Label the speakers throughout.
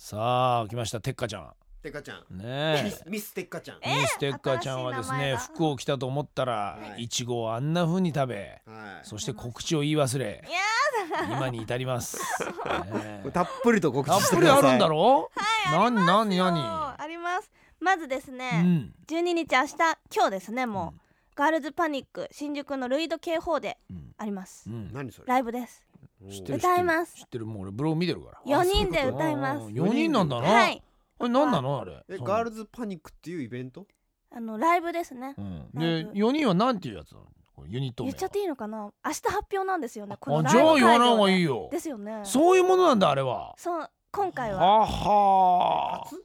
Speaker 1: さあ来ましたテッカちゃ
Speaker 2: てっかちゃん
Speaker 1: んね
Speaker 2: ミスミスてっかちゃん
Speaker 1: えミステッカちゃんはです
Speaker 3: 新しい名前
Speaker 1: ね
Speaker 3: だ
Speaker 1: 服を着たと思ったら
Speaker 2: はい
Speaker 1: いちごをあんな風に食べ
Speaker 2: はい
Speaker 1: そして告知を言い忘れ
Speaker 3: や
Speaker 1: 今に至り ます、ね
Speaker 2: たっぷりと告
Speaker 1: た
Speaker 2: 知
Speaker 1: っ
Speaker 2: し
Speaker 1: ぷ
Speaker 2: てく
Speaker 1: り
Speaker 2: ださ
Speaker 1: あ
Speaker 2: い
Speaker 1: るんだろ
Speaker 3: はい
Speaker 1: 何何
Speaker 3: ありますよ
Speaker 1: 何
Speaker 3: ありますまずです
Speaker 1: う
Speaker 3: ね、
Speaker 1: ん
Speaker 3: 12日明日今日ですねもう、
Speaker 1: うん
Speaker 3: ガールズパニック新宿のルイド警報で
Speaker 1: うん
Speaker 3: あります、
Speaker 1: うん
Speaker 2: 何それ
Speaker 3: ライブです
Speaker 2: おー
Speaker 1: 知ってる
Speaker 3: 歌います
Speaker 1: 知ってるもう俺ブログ見てるから
Speaker 3: 4人で
Speaker 2: あそういうこと
Speaker 3: 歌います
Speaker 1: あー四人なんだな、
Speaker 3: はい
Speaker 1: これ何なのあれ
Speaker 2: えガー
Speaker 1: ル
Speaker 2: ルズパニックっていうイベント
Speaker 3: あのライブですね
Speaker 1: うん
Speaker 3: ライ
Speaker 1: で
Speaker 3: ブ
Speaker 1: 四人はなんていうやつなのこれユニット名
Speaker 3: 言っ
Speaker 1: は
Speaker 3: ちゃっていいのかな明日発表なんですよねこの
Speaker 1: あ
Speaker 3: ライ
Speaker 1: じ
Speaker 3: ブ
Speaker 1: ゃあ
Speaker 3: 会
Speaker 1: 言わない方
Speaker 3: 場
Speaker 1: が
Speaker 3: で
Speaker 1: いいよ
Speaker 3: ですよねそう
Speaker 1: そういうものなんだあれは
Speaker 3: 今回は
Speaker 1: はは
Speaker 2: 初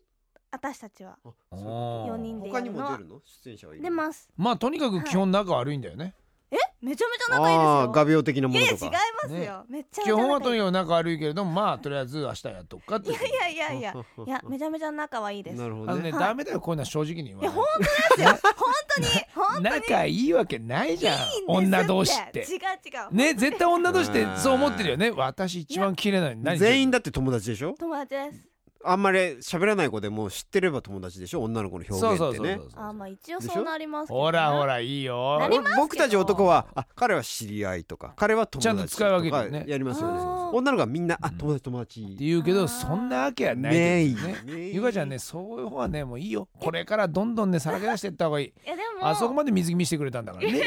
Speaker 3: 私たちは
Speaker 2: あ
Speaker 1: あ
Speaker 2: そういうこ
Speaker 1: ー
Speaker 3: 四人
Speaker 2: と
Speaker 3: で
Speaker 2: 他にも
Speaker 3: や
Speaker 2: 出
Speaker 3: る
Speaker 2: るの出演者はいる
Speaker 3: 出ます
Speaker 1: まあとにかく基本仲悪いんだよね、
Speaker 3: えめちゃめちゃ仲いいです
Speaker 2: ああ
Speaker 3: よ
Speaker 2: 画鋲的なも
Speaker 3: いや
Speaker 2: の
Speaker 3: いや違
Speaker 2: と
Speaker 3: い
Speaker 2: か
Speaker 3: ますよ、めっちゃめち
Speaker 1: 基
Speaker 3: ゃ
Speaker 1: 本はと
Speaker 3: 仲い
Speaker 1: に
Speaker 3: い
Speaker 1: かく仲悪いけれどもまあとりあえず明日やっとくかっていう
Speaker 3: いやいや いや
Speaker 2: ははい
Speaker 3: やめちゃめちゃ仲はいいです
Speaker 2: なるほ
Speaker 1: あ
Speaker 2: ど
Speaker 1: の
Speaker 2: ね
Speaker 1: ね、
Speaker 3: はい
Speaker 1: ダメだよこういうのは正直に言わ
Speaker 3: いや
Speaker 1: ない
Speaker 3: 本当ですよ本当に本当に
Speaker 1: 仲いいわけないじゃん
Speaker 3: いいんです
Speaker 1: 女同士って
Speaker 3: 違う違う
Speaker 1: ね絶対女同士って
Speaker 2: うん
Speaker 1: そう思ってるよね私一番切れないの何
Speaker 2: 全員だって友達でしょ
Speaker 3: 友達です
Speaker 2: あんまり喋らない子でも知ってれば友達でしょ女の子の表
Speaker 1: そう
Speaker 2: 現
Speaker 1: そ
Speaker 2: っ
Speaker 1: う
Speaker 2: て
Speaker 1: そうそう
Speaker 2: ね
Speaker 1: そう
Speaker 3: あーまあ一応
Speaker 2: でしょ
Speaker 3: そうなりますけどね
Speaker 1: ほらほらいいよ
Speaker 3: なりますけど
Speaker 2: 僕たち男はあ彼は知り合いとか彼は友達
Speaker 1: ちゃんと使い分けてね
Speaker 2: とかやりますよね
Speaker 3: あー
Speaker 2: 女の子はみんなあ
Speaker 1: うん
Speaker 2: 友達友達
Speaker 1: って言うけ
Speaker 3: あ
Speaker 1: ど
Speaker 3: ー
Speaker 1: そんなわけはないですねゆかちゃんねそういう方はねもういいよこれからどんどんねさらけ出していった方がいい
Speaker 3: えでも
Speaker 1: あそこまで水着見せてくれたんだからね、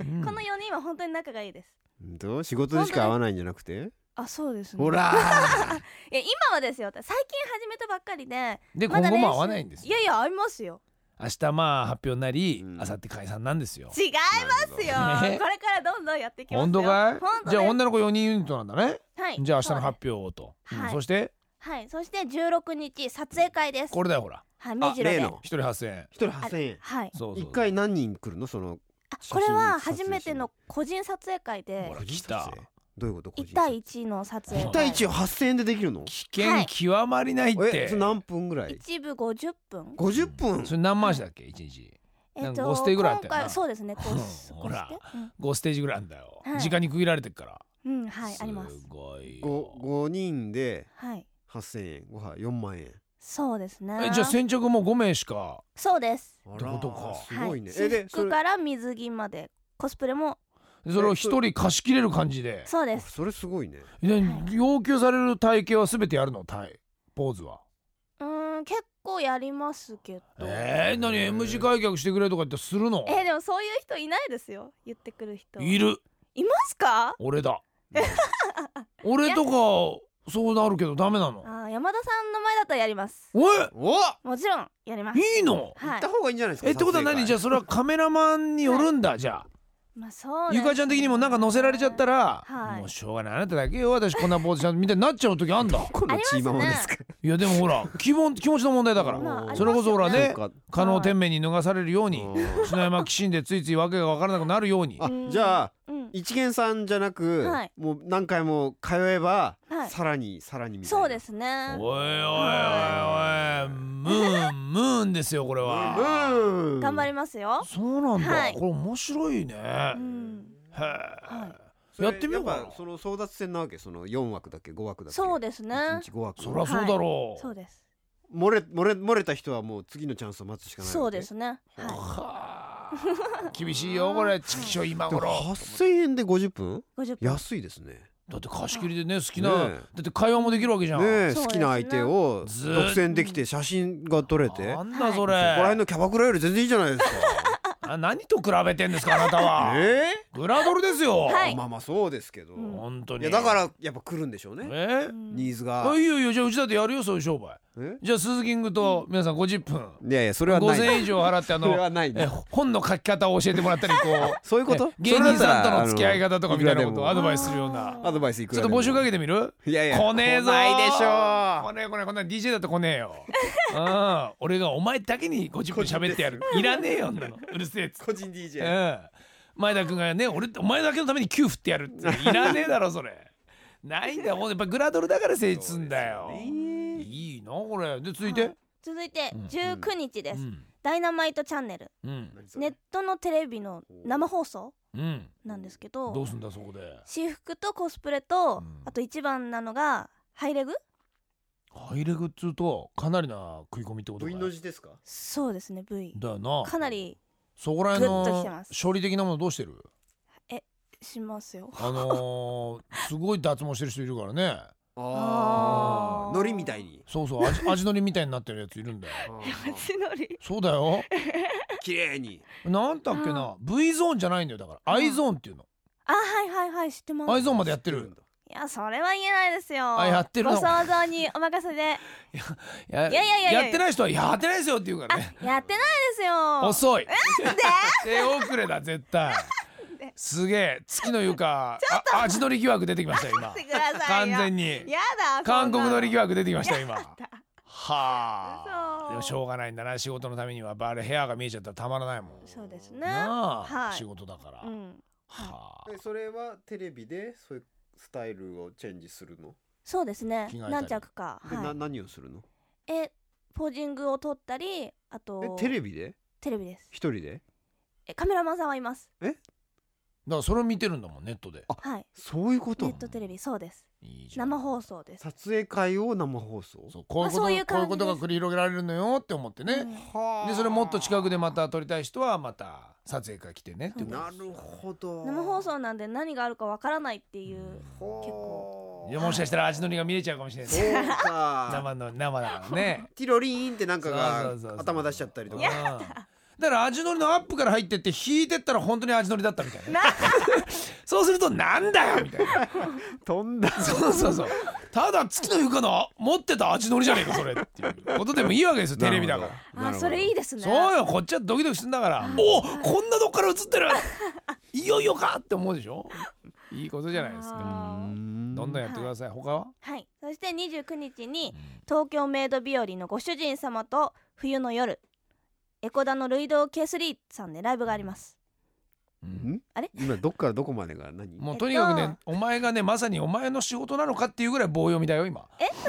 Speaker 1: うん
Speaker 3: この4人は本当に仲がいいです
Speaker 2: どう仕事でしか会わないんじゃなくて
Speaker 3: あそうですね
Speaker 2: ほらー
Speaker 3: いや今はですよ最近始めたばっかりで
Speaker 1: で
Speaker 3: ま
Speaker 1: 今
Speaker 3: だ
Speaker 1: 後
Speaker 3: 練習
Speaker 1: も会わないんです
Speaker 3: い
Speaker 1: よ
Speaker 3: やいや合いますよ
Speaker 1: 明日まあ発表になり
Speaker 2: うん
Speaker 1: 明後日解散なんですよ
Speaker 3: 違いますよ
Speaker 1: なるほどね
Speaker 3: これからどんどんやっていきますよ
Speaker 1: 本当かい
Speaker 3: 本当です
Speaker 1: じゃあ女の子4人ユニットなんだね
Speaker 3: はい
Speaker 1: じゃあ明日の
Speaker 3: そうです
Speaker 1: 発表をと、うん
Speaker 3: はい
Speaker 1: そして
Speaker 3: はいそして16日撮影会です
Speaker 1: これだよほら
Speaker 3: はい
Speaker 2: あ
Speaker 3: 目白
Speaker 2: 例
Speaker 3: で
Speaker 2: の
Speaker 1: 1人8000円
Speaker 2: 一人8000円
Speaker 3: はい
Speaker 1: そうそう
Speaker 2: 一回何人来るのその
Speaker 3: あ
Speaker 2: 写真
Speaker 3: これは
Speaker 2: 撮影
Speaker 3: 初めての個人撮影会で
Speaker 1: ほら来た
Speaker 2: どういうこと個人
Speaker 3: 1対1の撮影
Speaker 2: 一対
Speaker 3: 会
Speaker 2: 一を8000円でできるの
Speaker 1: 危険極まりないって、
Speaker 2: えそれ何分ぐらい
Speaker 3: 一部50分
Speaker 2: 50分
Speaker 1: それ何回しだっけ1日
Speaker 3: えっ
Speaker 1: なんか
Speaker 3: と
Speaker 1: 5ステージぐらいあった
Speaker 3: 今
Speaker 1: よな
Speaker 3: 回そうです ねこうす
Speaker 1: ほら
Speaker 3: こうして
Speaker 1: 5ステージぐらいあんだよ、
Speaker 3: はい
Speaker 1: 時間に区切られてっから
Speaker 3: うんうんはいあります
Speaker 1: ごいよ
Speaker 2: ご五人で
Speaker 3: はい
Speaker 2: 8000円ご飯4万円
Speaker 3: そうですね
Speaker 1: えじゃあ先着もう5名しか
Speaker 3: そうです
Speaker 2: って
Speaker 1: ことか
Speaker 2: すごいね、
Speaker 3: はい、私
Speaker 2: でそ
Speaker 3: 服
Speaker 2: れ
Speaker 3: から水着までコスプレも
Speaker 1: でそれを一人貸し切れる感じで
Speaker 3: そうです
Speaker 2: それすごいね
Speaker 1: で
Speaker 3: はい
Speaker 1: 要求される体型は全てやるの体ポーズは
Speaker 3: うーん結構やりますけどえ
Speaker 1: えー、何 M 字開脚してくれとか言ってするの
Speaker 3: ーでもそういう人いないですよ言ってくる人
Speaker 1: いる
Speaker 3: いますか
Speaker 1: 俺だ 俺とかそうなるけどダメなの
Speaker 3: あー山田さんの前だったらやります
Speaker 1: おい
Speaker 2: お行
Speaker 3: もちろんやります
Speaker 1: いいの
Speaker 3: は
Speaker 2: っ
Speaker 3: い
Speaker 2: た方がいいんじゃないですか
Speaker 1: えってことは
Speaker 2: 撮影
Speaker 1: 何
Speaker 2: 会
Speaker 1: じゃあそれはカメラマンによるんだじゃあ
Speaker 3: まあそうです
Speaker 1: ゆ
Speaker 3: ね
Speaker 1: かちゃん的にもなんか乗せられちゃったら、
Speaker 3: はい
Speaker 1: もうしょうがないあなただけよ私こんなポーズちゃんみたいになっちゃう時あんだ
Speaker 2: このチーママですか
Speaker 1: いやでもほら気分気持ちの問題だから、
Speaker 2: まああります
Speaker 1: それこそほら
Speaker 2: そ
Speaker 1: ね
Speaker 2: うか
Speaker 1: 可能天命に逃されるように
Speaker 2: うん
Speaker 1: 篠山紀信でついつい訳が分からなくなるように
Speaker 2: あ
Speaker 3: うん
Speaker 2: じゃあ
Speaker 3: うん
Speaker 2: 一元さんじゃなく、
Speaker 3: はい
Speaker 2: もう何回も通えば、
Speaker 3: はい
Speaker 2: さらにさらにみたいな
Speaker 3: そうですね
Speaker 1: おいおいおいおいムーンムーンですよこれ
Speaker 2: う
Speaker 1: は
Speaker 2: ん
Speaker 3: 頑張りますよ
Speaker 1: そうなんだ、
Speaker 3: はい
Speaker 1: これ面白いね、
Speaker 3: うん
Speaker 1: へえ、
Speaker 3: は
Speaker 2: それ
Speaker 1: やってみようかな
Speaker 2: やぱその争奪戦なわけその4枠だっけ5枠だっけ
Speaker 3: そうですね
Speaker 2: 1日5枠
Speaker 1: そりゃそうだろう、
Speaker 3: そうです
Speaker 2: 漏れ漏れ漏れた人はもう次のチャンスを待つしかないわけ
Speaker 3: そうですねは
Speaker 1: はあ厳しいよこれチキショ今
Speaker 2: でも
Speaker 1: 頃
Speaker 2: 8000円で50分
Speaker 3: い50分
Speaker 2: 安いですね
Speaker 1: だって貸し切りでね好き
Speaker 2: ね
Speaker 1: な、
Speaker 2: え
Speaker 1: だって会話もできるわけじゃん、
Speaker 2: ねえ
Speaker 3: そう
Speaker 2: 好
Speaker 3: ですね
Speaker 2: きな相手を
Speaker 1: ずーっと
Speaker 2: 独占できて写真が撮れてそこ
Speaker 1: なんだそれ、
Speaker 2: ら辺のキャバクラより全然いいじゃないです
Speaker 1: あ何と比べてん ですかあなた
Speaker 2: か
Speaker 1: は、
Speaker 2: え
Speaker 1: グラドルですよ、
Speaker 3: は
Speaker 2: え
Speaker 3: い
Speaker 2: まあまあそうですけど
Speaker 3: うん
Speaker 2: い
Speaker 1: 本当に
Speaker 2: やだからやっぱ来るんでしょう
Speaker 1: え
Speaker 2: ね
Speaker 1: え
Speaker 3: うん
Speaker 2: ニーズが
Speaker 1: あいいよいいよじゃあうちだってやるよそういう商売
Speaker 2: え
Speaker 1: じゃあ鈴キングと皆さん50分
Speaker 2: いやいやそれはない
Speaker 1: 5000円以上払ってあ
Speaker 2: それは
Speaker 1: の
Speaker 2: ない
Speaker 1: え
Speaker 2: ね
Speaker 1: 本の書き方を教えてもらったりこう
Speaker 2: そういうこと
Speaker 1: え芸人さんとの付き合い
Speaker 2: が
Speaker 1: 方とかみたいなことを
Speaker 2: それだったらあの
Speaker 1: アドバイスするような
Speaker 2: アドバイスいく
Speaker 1: ちょ
Speaker 2: ら
Speaker 1: っ
Speaker 2: で
Speaker 1: と
Speaker 2: も
Speaker 1: 募集かけてみる
Speaker 2: いやいや
Speaker 1: 来ねえぞー
Speaker 2: 来ないでしょ
Speaker 1: 来ねえ来ねえこんなん DJ だって来ねえようん俺がお前だけに50分喋ってやるいらねえよんなのうるせえっつっ
Speaker 2: う個人
Speaker 1: て
Speaker 2: DJ
Speaker 1: うん前田君がね俺お前だけのために給付ってやるっつ っていらねえだろそれないんだよほんとやっぱグラドルだから成立すんだよいいなこれで続いて、
Speaker 3: はい続いて
Speaker 1: うん
Speaker 3: 19日で
Speaker 1: う
Speaker 3: す
Speaker 1: ん
Speaker 3: ダイナマイトチャンネル
Speaker 1: うん
Speaker 3: ネットのテレビの生放送
Speaker 1: うん
Speaker 3: なんですけ
Speaker 1: ど
Speaker 3: ど
Speaker 1: うすんだそこで
Speaker 3: 私服とコスプレと
Speaker 1: うん
Speaker 3: あと一番なのがハイレグ
Speaker 1: ハイレグっつうとかなりな食い込みってことだ
Speaker 2: V
Speaker 1: よ
Speaker 2: の字ですか
Speaker 3: そうですね V
Speaker 1: だよな
Speaker 3: かなり
Speaker 1: そこら辺
Speaker 3: グッときて
Speaker 1: の
Speaker 3: ます
Speaker 1: 処理的なものどうしてる
Speaker 3: しますよ
Speaker 1: あの ー、すごい脱毛してる人いるからね
Speaker 3: あー
Speaker 2: のりみたいに
Speaker 1: そうそう味味のりみたいになってるやついるんだよ
Speaker 3: 街乗り
Speaker 1: そうだよ
Speaker 2: 綺麗に
Speaker 1: なんだっけな V ゾーンじゃないんだよだから
Speaker 3: うん
Speaker 1: I ゾーンっていうの
Speaker 3: あはいはいはい知ってます
Speaker 1: I ゾーンまでやってる
Speaker 3: いやそれは言えないですよ
Speaker 1: あやってるの
Speaker 3: ご想像にお任せで
Speaker 1: いや
Speaker 3: いやいやいやいや
Speaker 1: ってない人はやってないですよって言うから ね
Speaker 3: やってないですよ
Speaker 1: 遅い手遅れだ絶対すげえ月の床あ味のり疑惑出てきましたよ今
Speaker 3: 待ってください
Speaker 1: 完
Speaker 3: よ
Speaker 1: 全に
Speaker 3: やだ
Speaker 1: 韓国のり疑
Speaker 3: 力
Speaker 1: 惑出てきましたよ 今はあ
Speaker 3: 嘘
Speaker 1: でもしょうがないんだな仕事のためにはバレヘアが見えちゃったらたまらないもん
Speaker 3: そうですね
Speaker 1: なあ、
Speaker 3: はい
Speaker 1: 仕事だから、
Speaker 3: うん
Speaker 1: は
Speaker 2: でそれはテレビでそういうスタイルをチェンジするの
Speaker 3: そうですね
Speaker 1: 着替えたり
Speaker 3: 何着か
Speaker 2: でな
Speaker 3: は
Speaker 2: 何をするの
Speaker 3: いえポージングを撮ったりあ
Speaker 2: え
Speaker 3: と
Speaker 2: テレビで
Speaker 3: テレビです
Speaker 2: 一人で
Speaker 3: えカメラマンさんはいます
Speaker 1: あ、だからそれを見てるんだもんネットで
Speaker 3: はい
Speaker 2: そういうこ
Speaker 3: ネ
Speaker 2: と
Speaker 3: ットテレビそうです
Speaker 1: いいじゃん
Speaker 3: 生放送です
Speaker 2: 撮影会を生放送
Speaker 1: そうこういうこと
Speaker 3: あそういう
Speaker 1: こう
Speaker 3: 感
Speaker 1: い
Speaker 3: じ
Speaker 1: うことが
Speaker 3: です
Speaker 1: 繰り広げられるのよって思って
Speaker 3: う
Speaker 1: ね、
Speaker 3: ん
Speaker 2: はあ
Speaker 1: でそれもっと近くでまた撮りたい人はまた撮影会来てねってこと
Speaker 2: なるほど
Speaker 3: 生放送なんで何があるかわからないっていう
Speaker 2: 構
Speaker 1: いやもしかしたら味のりが見えちゃうかもしれない
Speaker 2: そうか
Speaker 1: 生の生だからね
Speaker 2: ティロリーンってなんかが
Speaker 1: そうそうそうそう
Speaker 2: 頭出しちゃったりと
Speaker 1: うん
Speaker 2: か
Speaker 1: だから味のりのアップから入ってって引いてったら本当に味のりだったみたいな
Speaker 3: な
Speaker 1: そうするとなんだよみたいな
Speaker 2: 飛んだ
Speaker 1: そうそうそう。ただ月の床の持ってた味のりじゃねえかそれっていうことでもいいわけですよテレビだから。
Speaker 3: あそれいいですね
Speaker 1: そうよこっちはドキドキするんだから。おおこんなとこから映ってる。いよいよかって思うでしょ。いいことじゃないですか。
Speaker 3: あー
Speaker 1: どんどんやってください。他は？
Speaker 3: はいそして29日に東京メイド日和のご主人様と冬の夜エコダのルイド K3 さんでライブがあります
Speaker 1: うん
Speaker 3: あれ
Speaker 2: 今どっからどこまでが何
Speaker 1: もうとにかく
Speaker 3: えっ
Speaker 1: ね、お前がねまさにお前の仕事なのかっていうぐらい棒読みだよ今。うん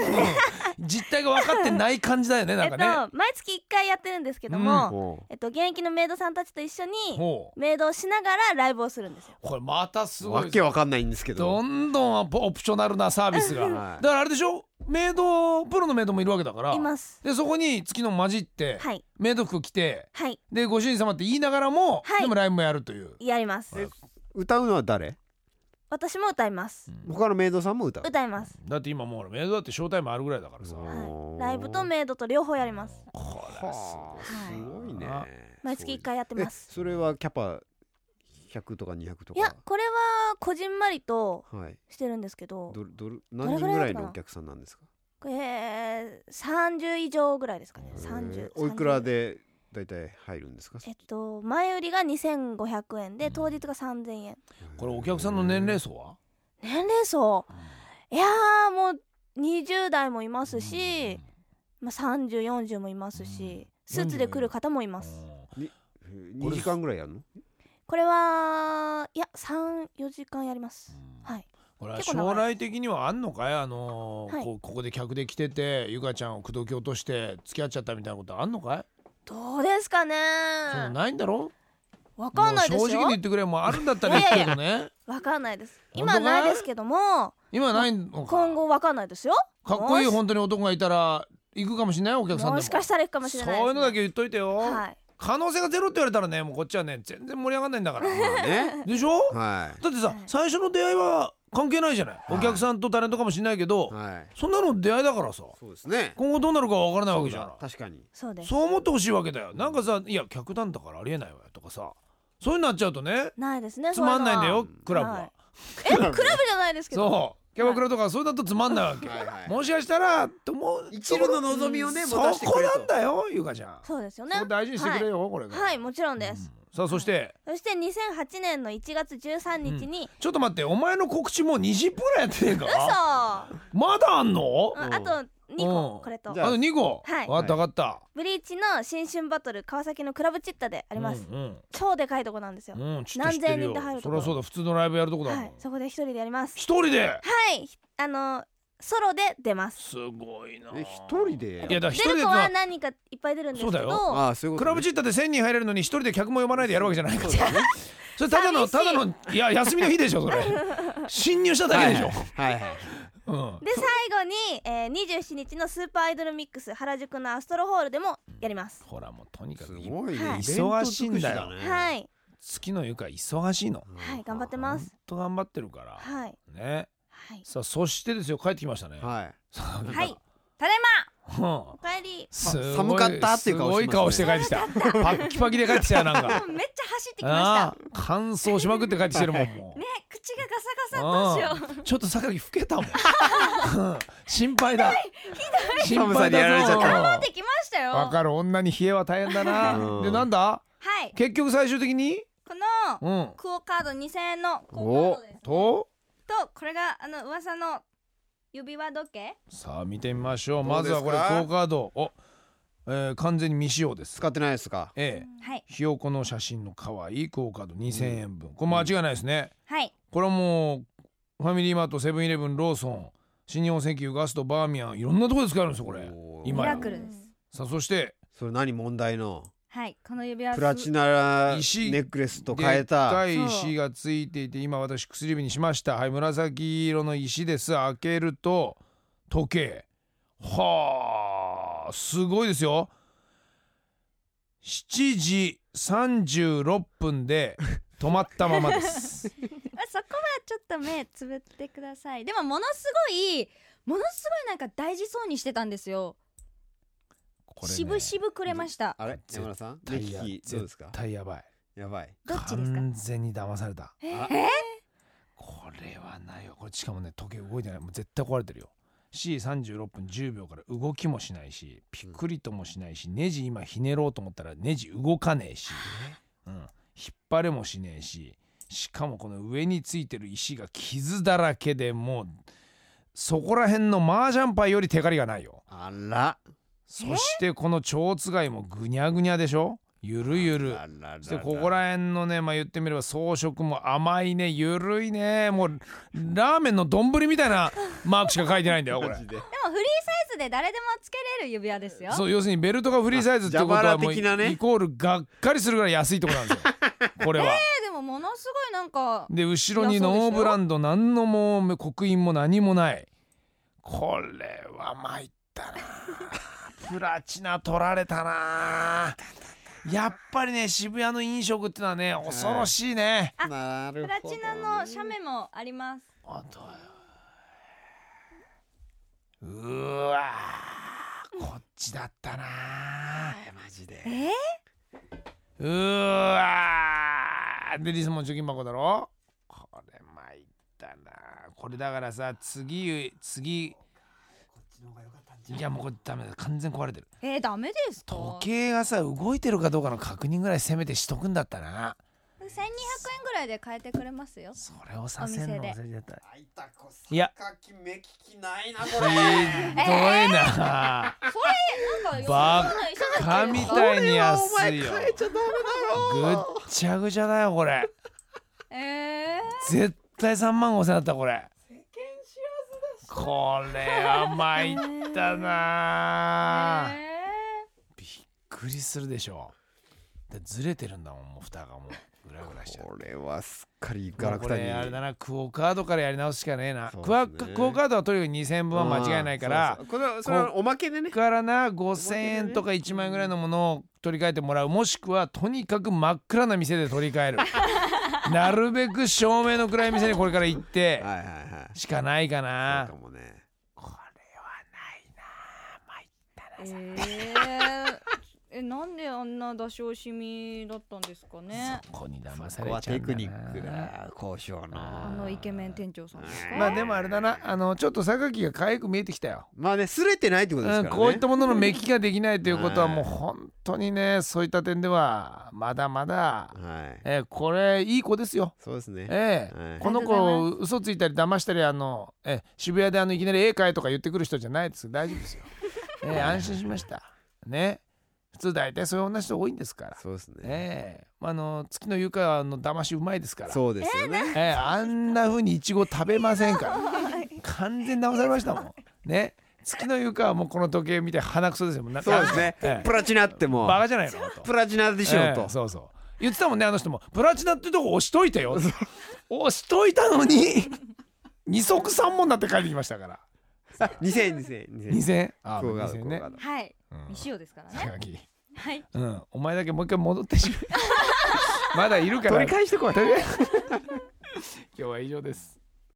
Speaker 1: 実態が分かってない感じだよねな
Speaker 3: え
Speaker 1: ん
Speaker 3: っ
Speaker 1: か
Speaker 3: と
Speaker 1: ね。
Speaker 3: 毎月1回やってるんですけど
Speaker 1: う
Speaker 3: も
Speaker 2: も
Speaker 3: えっと現役のメイドさんたちと一緒に
Speaker 1: ほう
Speaker 3: メイドをしながらライブをするんですよ
Speaker 1: これまたす
Speaker 2: う
Speaker 1: ごい
Speaker 2: わけわかんないんですけ
Speaker 1: ど
Speaker 2: ど
Speaker 1: んどんオプショナルなサービスが、
Speaker 2: はい
Speaker 1: だからあれでしょメイドプロのメイドもいるわけだから
Speaker 3: います
Speaker 1: でそこに月の混じって、
Speaker 3: はい
Speaker 1: メイド服着て
Speaker 3: はい
Speaker 1: でご主人様って言いながらも、
Speaker 3: はい
Speaker 1: でもライブもやるという
Speaker 3: やります
Speaker 2: え歌うのは誰
Speaker 3: 私も歌います
Speaker 2: 他のメイドさんも歌う
Speaker 3: 歌います
Speaker 1: だって今もうほらメイドだってショータイムあるぐらいだからさ、
Speaker 2: うん
Speaker 3: は
Speaker 2: おー
Speaker 3: いライブとメイドと両方やります
Speaker 1: これはす
Speaker 2: はあ
Speaker 3: はい
Speaker 2: すごいね
Speaker 1: はい
Speaker 3: 毎月1
Speaker 2: や
Speaker 3: 回やってます
Speaker 2: それはキャパ100とか200と
Speaker 3: いや
Speaker 2: か
Speaker 3: これはこじんまりと
Speaker 2: はい
Speaker 3: してるんですけど
Speaker 2: どれどれ
Speaker 3: れ
Speaker 2: 何人
Speaker 3: ぐ
Speaker 2: ぐ
Speaker 3: ら
Speaker 2: ら
Speaker 3: い
Speaker 2: い
Speaker 3: だったかな
Speaker 2: のお客さんなんですか
Speaker 3: えー、30以上ぐらいですかね
Speaker 2: へー
Speaker 3: 30
Speaker 2: おいくら
Speaker 3: 30
Speaker 2: でだいたい入るんですか
Speaker 3: えっと前売りが2500円で当日が3000円
Speaker 1: これお客さんの年齢層は
Speaker 3: 年齢層いやーもう20代もいますし、まあ、3040もいますしスーツで来る方もいます
Speaker 2: 2時間ぐらいやるの
Speaker 3: これはいや34時間やりますはい
Speaker 1: これは
Speaker 3: 結構長
Speaker 1: 将
Speaker 3: い
Speaker 1: 来的にはあんのかいあのー
Speaker 3: はい
Speaker 1: こうここで客で来ててゆかちゃんを口説き落として付き合っちゃったみたいなことあんのかい、
Speaker 3: どうですかね
Speaker 1: そうないんだろ
Speaker 3: わかんないです
Speaker 1: もう正直
Speaker 3: よ
Speaker 1: に言ってくれもうあるんだったらいいけどね
Speaker 3: わかんないです
Speaker 1: 本当か
Speaker 3: 今ないですけども
Speaker 1: 今ないのか
Speaker 3: 今後わかんないですよ
Speaker 1: かっこいい
Speaker 3: もし
Speaker 1: 本当に男がいたら行くかもしれないお客さんでも
Speaker 3: もしかしたら行くかもしれないですね
Speaker 1: そういうのだけ言っといてよ、
Speaker 3: はい
Speaker 1: 可能性がゼロって言われたらねもうこっちはね全然盛り上がんないんだから
Speaker 2: ね
Speaker 1: でしょ
Speaker 2: は
Speaker 1: だってさ
Speaker 3: はい
Speaker 1: 最初の出会いは関係ないじゃない、
Speaker 2: はい
Speaker 1: お客さんとタレントかもしれないけど、
Speaker 2: いはい
Speaker 1: そんなの出会いだからさ
Speaker 2: そうですね
Speaker 1: 今後どうなるかわからないわけじゃん
Speaker 2: そうだ確かに
Speaker 3: そうです
Speaker 1: そう思ってほしいわけだよなんかさ「いや客団だからありえないわよ」とかさそういうのになっちゃうとね
Speaker 3: ないですね
Speaker 1: つまんないんだ
Speaker 3: そううのは
Speaker 1: よクラブは、
Speaker 3: はいえクラブじゃないですけど
Speaker 1: そうキャバクラとかそうだとつまんないわけ、
Speaker 2: はいはい
Speaker 1: もしかしたらと思う
Speaker 2: 一縷の望みをね
Speaker 1: そ
Speaker 2: 持たせて
Speaker 1: こ
Speaker 2: くれ
Speaker 1: なん
Speaker 2: と
Speaker 1: だよゆかちゃん
Speaker 3: そうですよね
Speaker 1: そこ大事にしてくれよ、これが
Speaker 3: はい、はいもちろんです、
Speaker 1: さあそして
Speaker 3: そして2008年の1月13日に、
Speaker 1: ちょっと待ってお前の告知もう20分ぐらいやってねえ
Speaker 3: 嘘
Speaker 1: かまだあんの
Speaker 3: うんあと2個
Speaker 1: うん
Speaker 3: これと
Speaker 2: じゃ
Speaker 1: あと2個
Speaker 3: はい
Speaker 1: わかったわかった
Speaker 3: ブリーチの新春バトル川崎のクラブチッタであ
Speaker 1: あ
Speaker 3: ります、
Speaker 1: うん
Speaker 3: 超でかいとこなんですよ、
Speaker 1: うんうんちょっと知ってる
Speaker 3: 何千人
Speaker 1: よ
Speaker 3: って入ると
Speaker 1: そ
Speaker 3: こ
Speaker 1: りゃそうだ普通のライブやるとこだも
Speaker 3: はい
Speaker 1: ん
Speaker 3: そこで一人でやります
Speaker 1: 一人で
Speaker 3: はいひあのソロで出ます
Speaker 1: すごいな
Speaker 2: え一人で
Speaker 1: いやだから一
Speaker 3: 出
Speaker 1: 人
Speaker 3: る
Speaker 1: で
Speaker 3: 子は何人かいっぱい出るんですけ
Speaker 1: そう
Speaker 3: ど
Speaker 1: だ
Speaker 2: ああそういうこ
Speaker 1: ク
Speaker 2: と
Speaker 1: ラブチッタで1000人入れるのに一人で客も呼ばないでやるわけじゃないからねそれただの
Speaker 3: 寂
Speaker 1: た
Speaker 3: しい
Speaker 1: だのいや休みの日でしょそれ侵入しただけでしょ
Speaker 2: はいはいはい
Speaker 1: うん
Speaker 3: で最後に、えー、27日のスーパーアイドルミックス原宿のアストロホールでもやります、
Speaker 1: ほらもうとにか
Speaker 2: す
Speaker 1: く
Speaker 2: ごいね、
Speaker 3: はい
Speaker 2: イベント尽くし
Speaker 1: 忙
Speaker 2: ね、
Speaker 3: はいい
Speaker 1: 月のゆか忙しいの。
Speaker 3: はい頑張ってま
Speaker 1: 本
Speaker 3: す
Speaker 1: 当頑張ってるから。
Speaker 3: はい
Speaker 1: ね。
Speaker 3: はい
Speaker 1: さあそしてですよ帰ってきましたね。
Speaker 2: はい
Speaker 1: さあ
Speaker 3: はい。ただいま
Speaker 1: うん
Speaker 3: おかえり
Speaker 1: すごい
Speaker 2: 寒かったっていう顔
Speaker 1: すごい顔し
Speaker 2: してて
Speaker 1: 帰ってきた。パッキパキで帰ってきたよなん
Speaker 4: も
Speaker 1: か。
Speaker 4: うめっちゃ走ってきま
Speaker 1: あ
Speaker 4: し
Speaker 1: あ乾燥しまくって帰ってきてるもんも
Speaker 4: た
Speaker 1: う
Speaker 4: ね口がガサガサどうしよう
Speaker 1: ちょっと榊老けたもん うん心配だ心
Speaker 2: 寒さ
Speaker 1: 配
Speaker 2: にやられちゃった
Speaker 1: だぞ
Speaker 4: できましたよ
Speaker 1: わ
Speaker 4: は
Speaker 1: かる女に冷えは大変だな
Speaker 2: うん
Speaker 1: でなんだ
Speaker 4: い
Speaker 1: 結局最終的に
Speaker 4: この
Speaker 1: うん
Speaker 4: クオカード2000円のクオ
Speaker 2: お
Speaker 4: カードです
Speaker 1: と
Speaker 4: とこれがあの噂の指輪時計
Speaker 1: さあ見てみましょう
Speaker 2: ど
Speaker 1: ま
Speaker 2: うで
Speaker 1: ず
Speaker 2: す
Speaker 1: は
Speaker 2: か
Speaker 1: これクオカードお、えー完全に未使用です
Speaker 2: 使ってないですか
Speaker 1: ええ
Speaker 4: はい
Speaker 1: ひよこの写真の可愛いクオカード2000円分これ間違いないですね
Speaker 4: はい
Speaker 1: これはもうファミリーマートセブンイレブンローソン新日本石油ガストバーミヤンいろんなところで使えるんですよこれ
Speaker 2: おー
Speaker 4: ミ
Speaker 1: 今や
Speaker 4: ラクルです
Speaker 1: さあそして
Speaker 2: それ何問題の
Speaker 4: はいこの指輪
Speaker 2: プラチナネックレスと変え
Speaker 1: でったかい石がついていて今私薬指にしましたはい紫色の石です開けると時計はあすごいですよ7時36分で止まったままで す
Speaker 4: あそこはちょっと目つぶってくださいでもものすごいものすごいなんか大事そうにしてたんですよ
Speaker 1: こ
Speaker 4: しぶしぶくれました
Speaker 2: あれ山田さん目
Speaker 1: 絶対や
Speaker 2: 利きどうですか
Speaker 1: 絶対やばい
Speaker 2: やばい
Speaker 4: どっちですか
Speaker 1: 完全に騙された
Speaker 4: えー
Speaker 2: あ
Speaker 1: これはないよこれしかもね時計動いてないもう絶対壊れてるよ C36 分10秒から動きもしないしピクリともしないしネジ今ひねろうと思ったらネジ動かねえし、うん、引っ張れもしねえししかもこの上についてる石が傷だらけでもうそこら辺の麻雀牌より手狩りがないよ
Speaker 2: あら
Speaker 1: そしてこの蝶つがいもぐにゃぐにゃでしょゆるゆる
Speaker 2: あらら
Speaker 1: そしてここら辺のね、まあ、言ってみれば装飾も甘いねゆるいねもうラーメンの丼みたいなマークしか書いてないんだよこ れ
Speaker 2: マジ
Speaker 4: で
Speaker 2: で
Speaker 4: もフリーサイズで誰でもつけれる指輪ですよ
Speaker 1: そう要するにベルトがフリーサイズってことは
Speaker 2: あ
Speaker 1: もうイ,、
Speaker 2: 蛇腹的なね
Speaker 1: コールがっかりするぐらい安いとこ なんですよこれは。
Speaker 4: えーでもものすごいなんか
Speaker 1: で後ろにノーブランド何のもう刻印も何もないこれは参ったなプラチナ取られたなやっぱりね渋谷の飲食ってのはね恐ろしいね。
Speaker 2: なる
Speaker 4: プ
Speaker 2: ほ
Speaker 4: ラ
Speaker 2: ど
Speaker 4: チナの写メもあります
Speaker 1: あとはうーわーこっちだったな
Speaker 2: えマジで
Speaker 4: え
Speaker 1: うーわーでリスも貯金箱だろこれ参ったなこれだからさ次次いやもうこれダメだ完全壊れてる
Speaker 4: えー、ダメですか
Speaker 1: 時計がさ動いてるかどうかの確認ぐらいせめてしとくんだったな
Speaker 4: 1200円ぐらいで買えてくれますよ
Speaker 1: それをさせんの
Speaker 4: お店で
Speaker 1: 忘れちゃった
Speaker 2: あいたこ
Speaker 1: いや
Speaker 2: さかき目利きないなこれ
Speaker 1: ひどいな
Speaker 4: なんかよ
Speaker 1: バ
Speaker 4: そんな
Speaker 1: カ
Speaker 4: の
Speaker 1: み
Speaker 4: 石崎
Speaker 1: たいに安いよ
Speaker 2: これはお前変えちゃダメだ
Speaker 1: ぐっ
Speaker 2: ろ
Speaker 1: ちゃぐちゃだよこれ
Speaker 4: え
Speaker 1: 絶対3万5千だったこれこれは参ったな
Speaker 4: ー、
Speaker 1: あ
Speaker 4: え
Speaker 1: びっくりするでしょでずれてるんだもんもう蓋がもうぐらぐらしちゃう
Speaker 2: これはすっかりガ
Speaker 1: もうこ
Speaker 2: ラクタ
Speaker 1: れあれだ
Speaker 2: に
Speaker 1: なクオカードからやり直すしかねえな、
Speaker 2: そうです
Speaker 1: クワ
Speaker 2: ね
Speaker 1: クオカードはとにかく2000分は間違いないから
Speaker 2: うんそうそうこれはそれはおまけでね
Speaker 1: からな5,000円とか1万円ぐらいのものを取り替えてもらうもしくはとにかく真っ暗な店で取り替え るなるべく照明の暗い店にこれから行って
Speaker 2: はいはいはい
Speaker 1: しかないかな
Speaker 2: そうかもね
Speaker 1: これはないな参ったな
Speaker 4: ー、えー、なんであんな出し惜しみだったんですかね
Speaker 1: そこに騙
Speaker 2: そ
Speaker 1: さ
Speaker 2: こ
Speaker 1: れ
Speaker 2: は
Speaker 1: ちゃう
Speaker 2: テ
Speaker 1: んだな
Speaker 2: クニックだ交渉
Speaker 4: あ
Speaker 2: の
Speaker 4: のイケメン店長さんですか
Speaker 1: まあでもあれだなあのちょっと榊が可愛く見えてきたよ
Speaker 2: まあねすれてないってことです
Speaker 1: う
Speaker 2: か
Speaker 1: ん、
Speaker 2: らね
Speaker 1: こういったものの目利きができないということは
Speaker 2: はい
Speaker 1: もう本当にねそういった点ではまだまだ、
Speaker 2: はい
Speaker 1: えーこれいい子ですよ
Speaker 2: そうですね
Speaker 1: ええ
Speaker 2: はい
Speaker 1: この
Speaker 4: ありがとうご
Speaker 1: 子嘘ついたり騙したりあのええ渋谷であのいきなり絵描いとか言ってくる人じゃないです大丈夫ですよ、 ええ安心しましたね普通大体そういう女の人多いんですから
Speaker 2: そうですね
Speaker 1: ええまああの月のゆかの騙しうまいですから
Speaker 2: そうですよね
Speaker 1: ええあんな風にイチゴ食べませ んから完全騙されましたもんね月のゆかはもうこの時計見て鼻くそですよもな
Speaker 2: そうですね
Speaker 1: ええ
Speaker 2: プラチナってもう
Speaker 1: バカじゃないのと
Speaker 2: プラチナでしょ
Speaker 1: ええ
Speaker 2: と
Speaker 1: そうそう言ってたもんねあの人も「プラチナってとこ押しといてよ」押しといたのに二足三本だって帰ってきましたから
Speaker 2: 2000 2000 2000
Speaker 1: 二千あ
Speaker 2: クオ
Speaker 1: 二
Speaker 2: ガード
Speaker 1: 千
Speaker 2: クオ
Speaker 1: ね
Speaker 2: ガード
Speaker 4: はい
Speaker 1: うん
Speaker 4: 未使用ですからね
Speaker 1: 高木
Speaker 4: はい
Speaker 1: うんお前だけもう一回戻って しまうまだいるから
Speaker 2: 取り返してこい
Speaker 1: とりあえず今日は以上です